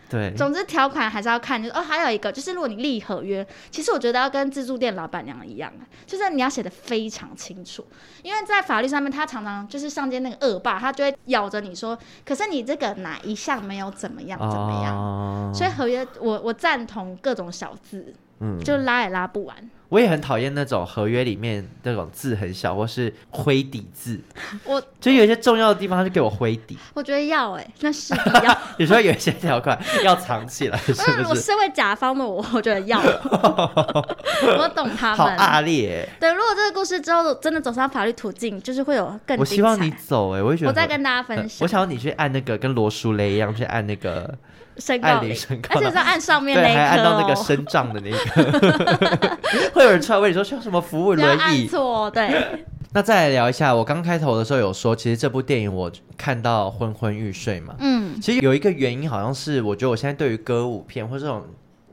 对，
总之条款还是要看，就是哦，还有一个就是，如果你立合约，其实我觉得要跟自助店老板娘一样，啊就是你要写的非常清楚，因为在法律上面，他常常就是上街那个恶霸，他就会咬着你说，可是你这个哪一项没有怎么样怎么样，
哦
所以合约我我赞同各种小字，
嗯
就拉也拉不完。
我也很讨厌那种合约里面那种字很小或是灰底字，
我
就有一些重要的地方他就给我灰底，啊
我觉得要哎、那是要。
有时候有一些条款要藏起 来，是
因为
不
我
是？
身为甲方的我，我觉得要， 我懂他
好
们。
恶劣欸、
对，如果这个故事之后真的走上法律途径，就是会有更
我希望你
精彩
走哎、我会觉得
我再
很
跟大家分
呃
享。
我想要你去按那个跟罗淑蕾一样去按那个，
申
按
告
铃
铃
申告
而且
的
是按上面
对，
那一
还按
颗
到那个
哦，
伸胀的那个， 会有人出来问你说需要什么服务
不要
轮
按
椅。
错。对，
那再来聊一下，我刚开头的时候有说，其实这部电影我看到昏昏欲睡嘛。
嗯，
其实有一个原因，好像是我觉得我现在对于歌舞片或这种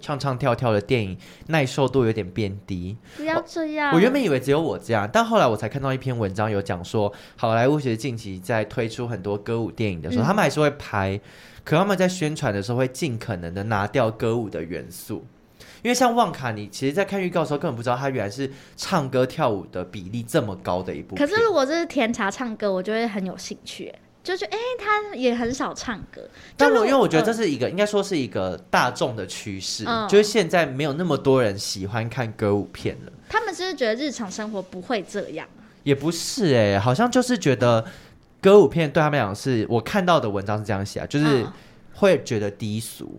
唱唱跳跳的电影耐受度有点变低。
不要这样。
我原本以为只有我这样，但后来我才看到一篇文章有讲说，好莱坞其实近期在推出很多歌舞电影的时候，
嗯
他们还是会拍，可他们在宣传的时候会尽可能的拿掉歌舞的元素。因为像《旺卡》，你其实，在看预告的时候根本不知道它原来是唱歌跳舞的比例这么高的一部
可
片。
是如果这是甜茶唱歌，我就会很有兴趣，就是哎、他也很少唱歌。
但
就
我
如果
因为我觉得这是一个，应该说是一个大众的趋势，
嗯
就是现在没有那么多人喜欢看歌舞片了。
他们是不是觉得日常生活不会这样？
也不是哎、好像就是觉得歌舞片对他们来讲是，我看到的文章是这样写啊，就是
嗯
会觉得低俗，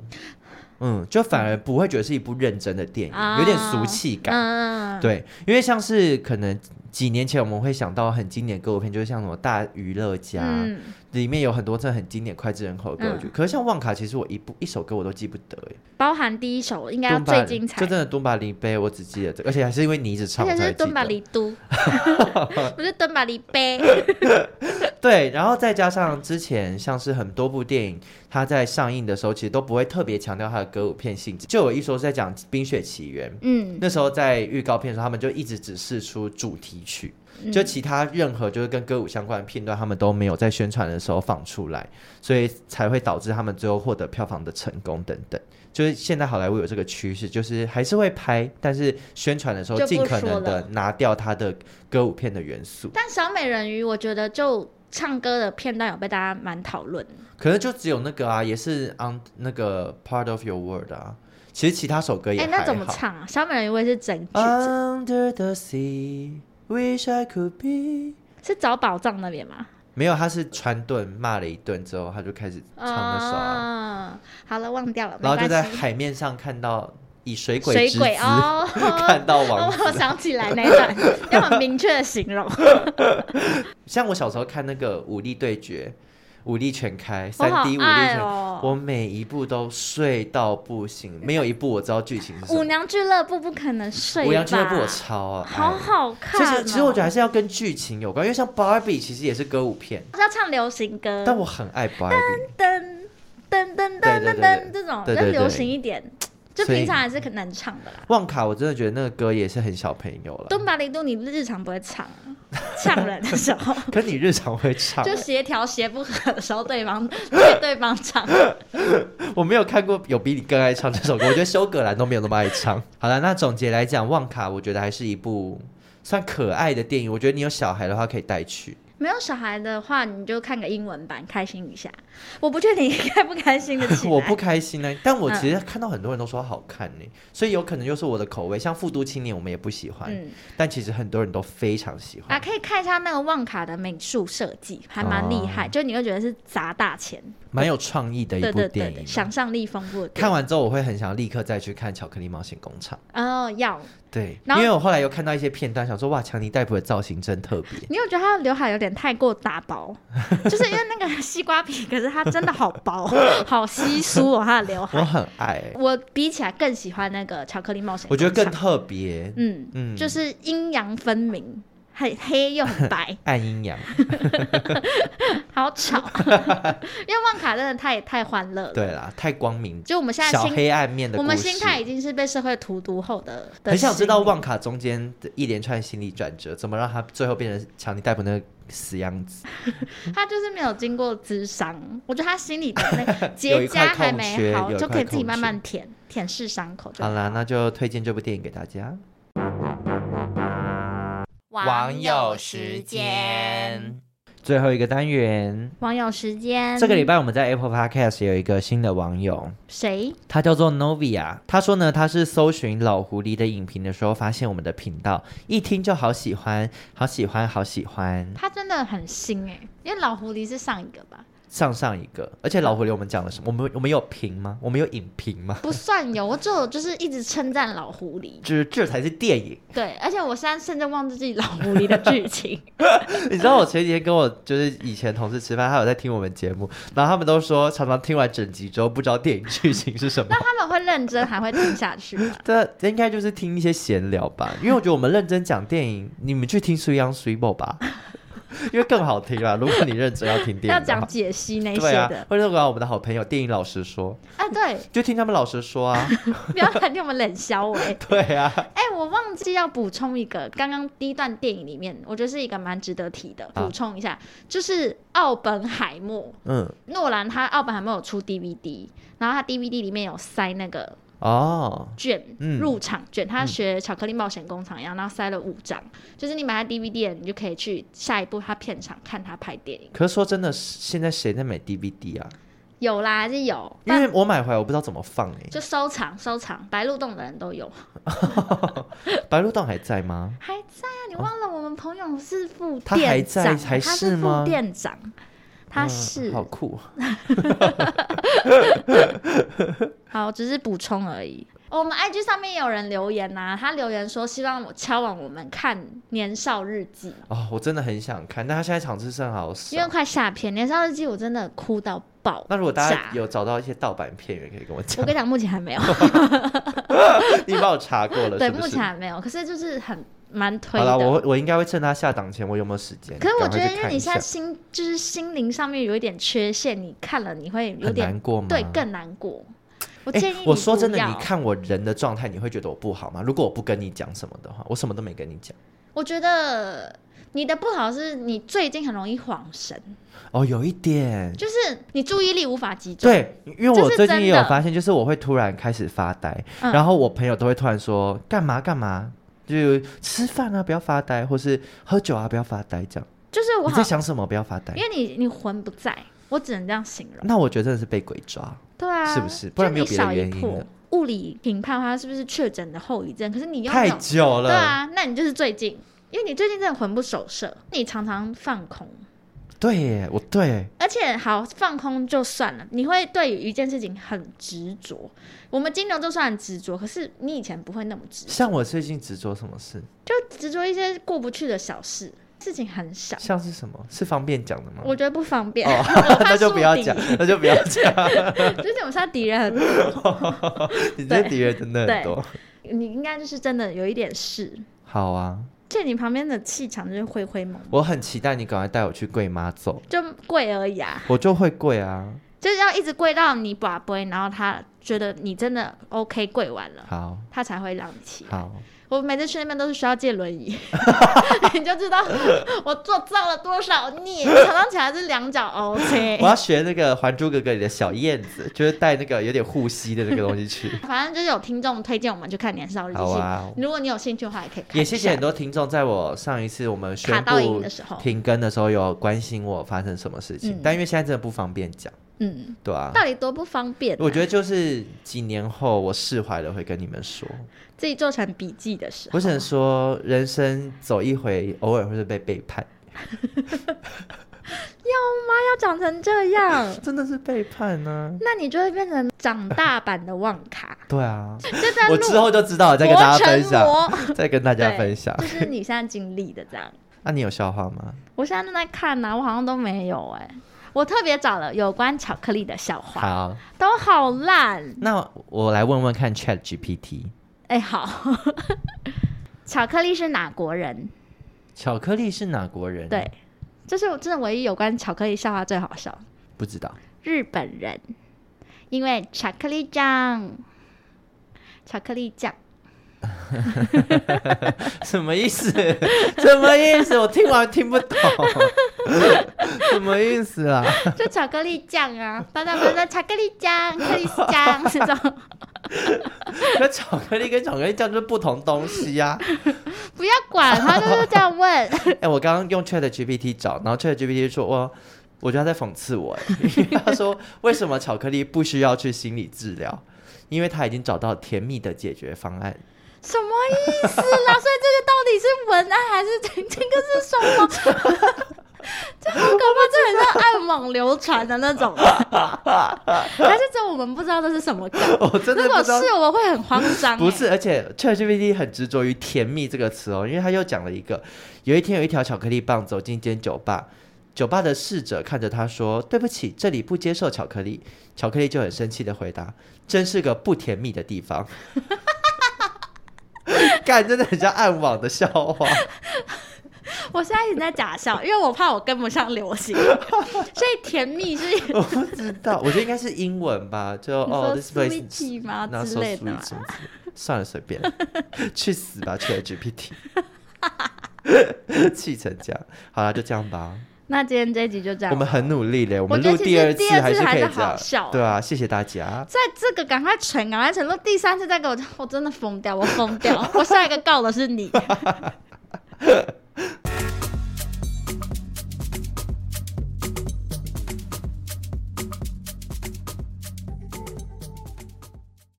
嗯，就反而不会觉得是一部认真的电影，
啊
有点俗气感。
嗯，
对，因为像是可能几年前我们会想到很经典的歌舞片，就是像什么《大娱乐家》
嗯，
里面有很多真的很经典脍炙人口的歌曲。可是像《旺卡》，其实我一部一首歌我都记不得哎、
包含第一首应该要
敦巴
最精彩
就，真的《敦巴黎杯》，我只记得这个，而且还是因为你一直唱，
而
我
且
才
是
记得
敦巴。里 都，不是敦巴里杯。
对，然后再加上之前像是很多部电影，它在上映的时候其实都不会特别强调它的歌舞片性质。就有一说是在讲《冰雪奇缘》，
嗯，
那时候在预告片的时候，他们就一直只试出主题曲，
嗯
就其他任何就是跟歌舞相关的片段，他们都没有在宣传的时候放出来，所以才会导致他们最后获得票房的成功等等。就是现在好莱坞有这个趋势，就是还是会拍，但是宣传的时候
就不
尽可
说
能的
了
拿掉它的歌舞片的元素。
但小美人鱼，我觉得就唱歌的片段有被大家蛮讨论的。
可能就只有那个啊，也是 on 那个 part of your world 啊。其实其他首歌也
哎、
还好。啊
那怎么唱啊？小美人鱼我也是整句、
？Under the sea, wish I could be。
是找宝藏那边吗？
没有，他是川顿骂了一顿之后，他就开始唱那首啊，
啊、好了，忘掉了，没
然后就在
关系
海面上看到以水鬼
水
之姿
鬼哦。
看到王
哦
子。，
我想起来那一段，要很明确的形容。
像我小时候看那个武力对决，武力全开，
我
三
好
D 武力
爱
全开，
哦。
我每一部都睡到不行，没有一部我知道剧情是什
舞
么。
娘俱乐部不可能睡吧？
舞娘俱乐部我超爱，
好好看、
哎其
哦。
实其实我觉得还是要跟剧情有关，因为像 Barbie 其实也是歌舞片，
是要唱流行歌，
但我很爱 Barbie。
噔噔
对对
噔噔噔
对
噔
对
这种，
对
就
对对
流行一点，就
所以
平常还是很难唱的啦。
旺卡我真的觉得那个歌也是很小朋友了，
东巴黎度你日常不会唱啊，呛人的时 候，
可你日常会唱
就协调协不合的时候，对方对对方唱。
我没有看过有比你更爱唱这首歌，我觉得修格兰都没有那么爱唱。 好了，那总结来讲，《旺卡》我觉得还是一部算可爱的电影，我觉得你有小孩的话可以带去。
没有小孩的话，你就看个英文版，开心一下。我不确定你开不开心的起来。 嗯
我不开心呢、啊但我其实看到很多人都说好看呢、所以有可能就是我的口味。像《复读青年》我们也不喜欢，
嗯
但其实很多人都非常喜欢。
啊，可以看一下那个旺卡的美术设计，还蛮厉害，就你会觉得是砸大钱，
蛮有创意的哦一
对
部
对
电
对
影。啊
对，想象力丰富的电
看
影。
完之后，我会很想立刻再去看《巧克力冒险工厂》。
哦，要
对，
然
因
后
为我后来又看到一些片段，想说哇，强尼戴普的造型真特别。
你有觉得他的刘海有点太过打 薄，就是因为那个西瓜皮，可是它真的好 薄，好稀疏哦，他的刘
我
海。
很爱、
我比起来更喜欢那个巧克力冒险
我
工
觉
厂，
得更特别，
嗯
嗯，
就是阴阳分明，很黑又很白
暗阴阳。
好吵。因为旺卡真的太太欢乐了，
对 啦，太光明，
就我们现在
小
心，
黑暗面的
我
故事。
们心态已经是被社会荼毒后的，的
很想知道
心理
旺卡中间的一连串心理转折，怎么让他最后变成强尼戴普那个死样子？
他就是没有经过智商，我觉得他心里的那 个
有
结
一块
痂还
空
没
缺
好，
有一
就
块
可以自己
空
慢
缺
慢舔舔舐伤口就
好啦，那就推荐这部电影给大家。
网友时间。
最后一个单元，
网友时间，
这个礼拜我们在 Apple Podcast 有一个新的网友，
谁？
他叫做 Novia，他说呢，他是搜寻老狐狸的影评的时候，发现我们的频道，一听就好喜欢，好喜欢，好喜欢。
他真的很新哎、因为老狐狸是上一个吧，
上上一个，而且老狐狸我们讲了什么？我们我们有评吗？我们有影评吗？
不算有，我只有就是一直称赞老狐狸。
就是这才是电影。
对，而且我现在甚至忘记自己老狐狸的剧情。
你知道我前几天跟我就是以前同事吃饭，他有在听我们节目，然后他们都说常常听完整集之后不知道电影剧情是什么。
他们会认真，还会听下去吗？
这这应该就是听一些闲聊吧，因为我觉得我们认真讲电影，你们去听《水央水某》吧。 因为更好听啦。如果你认真要听电影的话，
要讲解析那些
对啊
的，
或者管我们的好朋友电影老师说，
啊，对，
就听他们老师说啊，
不要喊我们冷笑我、欸。
对啊，
哎、我忘记要补充一个，刚刚第一段电影里面，我觉得是一个蛮值得提的，
啊
补充一下，就是奥本海默，
嗯，
诺兰他奥本海默有出 DVD，然后他 DVD 里面有塞那个
哦，
卷，
嗯
入场卷，他学巧克力冒险工厂一样，然后塞了五张，就是你买他 DVD，的你就可以去下一部他片场看他拍电影，
可是说真的，现在谁在买 DVD 啊？
有啦还是有，
因
但
为我买回来我不知道怎么放哎、
就收藏收藏，白鹿洞的人都有，
白鹿洞还在吗？
还在啊，你忘了我们朋友是副
哦他还
店
在
长，
还
他
是
是
吗
副店长，他
嗯
是
好酷，
好，只是补充而已。哦我们 IG 上面也有人留言呐、他留言说希望我敲完我们看《年少日记》，
哦，我真的很想看，但他现在场次剩好少
因。为快下片，《年少日记》我真的哭到爆。
啊那如果大家，有找到一些盗版片源，可以跟我
我
讲
跟，你讲，目前还没有，
你帮我查过了，
对，
是不
目
是
前还没有，可是就是很蛮推
好了，我
的。
会我应该会趁他下档前，我有没有时间？
可是我
赶
觉
快
得，
去
因为
看
你
一
现
下
在心就是心灵上面有一点缺陷，你看了你会有
很难
点
过吗？
对更难过。我
哎
建议你
我说真的，
不
你
要
看我人的状态，你会觉得我不好吗？如果我不跟你讲什么的话，我什么都没跟你讲。
我觉得你的不好是你最近很容易晃神，
哦，有一点，
就是你注意力无法集中。
对，因为
这
我
是
最近
真
也有
的
发现，就是我会突然开始发呆，
嗯
然后我朋友都会突然说干嘛干嘛，就吃饭啊不要发呆，或是喝酒啊不要发呆这样。
就是我
你
好
在，想什么？不要发呆
因。为你你魂不在，我只能这样形容。
那我觉得真的是被鬼抓，
对啊，
是不是
就
不然没有
你
别的
少一
原因
步
了
物理评判它是不是确诊的后遗症，可是你又没
太
有
久了。
对啊，那你就是最近，因为你最近真的魂不守舍，你常常放空，
对耶，我对，
而且好放空就算了，你会对于一件事情很执着。我们金牛座虽然执着，可是你以前不会那么执着，
像我最近执着什么事？
就执着一些过不去的小事，事情很小，
像是什么？是方便讲的吗？
我觉得不方便，
嗯 哦
我，怕
那就不要
树敌
讲，那就不要讲。
就是我们现在敌人很
你这
对
敌人真的很
对
多。
你应该就是真的有一点事，
好啊，
就你旁边的气场就是灰灰蒙，
我很期待你赶快带我去跪妈走，
就跪而已啊，
我就会跪啊。
就是要一直跪到你把杯，然后他觉得你真的 OK 跪完了，
好，
他才会让你起。
好，
我每次去那边都是需要借轮 椅， 你就知道我做造了多少 孽，早上起来是两脚 OK
我。要学那个《还珠格格》里的小燕子，就是带那个有点护膝的那个东西 去。
反正就是有听众推荐我们去看《年少日记
好》啊
如果你有兴趣的话，也可以看一下。
也谢谢很多听众，在我上一次我们宣
卡到音
布
的时候
停更的时候，有关心我发生什么事情，
嗯
但因为现在真的不方便讲，
嗯，
对啊。
到底多不方便啊、
我觉得就是几年后我释怀了，会跟你们说。
自己做成笔记的时候，
我只能说，人生走一回，偶尔会被背叛，
要长成这样，
真的是背叛呢、
那你就会变成长大版的旺卡，
对啊，
就在
我
路
之后就知道了，再跟大家分享，
磨成魔
再跟大家
对
分享。
就是你现在经历的这样。
那、你有笑话吗？
我现在正在看呢、我好像都没有哎、我特别找了有关巧克力的笑话，
好，
都好烂
那我来问问看 Chat GPT，
哎、好。 巧克力是哪国人？
巧克力是哪国人？
对，，这是我真的唯一有关巧克力笑话最好笑，
不知道。
日本人，因为巧克力酱，巧克力 酱。
什么意思？ 什么意思？我听完听不懂， 什么意思啊？
就巧克力酱啊，爸爸妈妈巧克力酱、克里斯酱这种，
那巧克力跟巧克力酱就是不同东西啊呀、
不要管他，就是这样问。
哎、我刚刚用 Chat GPT 找，然后 Chat GPT 说我。我觉得他在讽刺我，哎因为 他说为什么巧克力不需要去心理治疗？因为他已经找到甜蜜的解决方案。
什么意思啦？所以这个到底是文案还是这这个是什么？ 这好可怕，这很像暗网流传的 那种，还是只有我们不知道这是什么梗？
我真的不
如果
知道
是，我会很慌张、欸。
不是，而且 ChatGPT 很执着于“甜蜜”这个词哦，因为他又讲了一个，有一天有一条巧克力棒走进一间酒吧，酒吧的侍者看着他说：“对不起，这里不接受巧克力。”巧克力就很生气的回答：“真是个不甜蜜的地方。” 干，真的很像暗网的笑话。
我现在一直在假笑，因为我怕我跟不上流 行，所以甜蜜是
我不知道，我觉得应该是英文吧，就
你
哦
说
，this place，
sweetie 吗
然后
之
说
类的
sweet
吗
什么之类算了，随 便，去死吧，去 GPT，气成这样，好了，就这样吧。
那今天这一集就这样
我。们很努力嘞，我们
我觉得
录
其实
第二
第
次
二次
还是
还
可以
是
这
好
样
笑，
对啊，谢谢大家。
在这个赶快存，赶快存。如果第三次再给我，我真的疯掉，我疯掉。我下一个告的是你。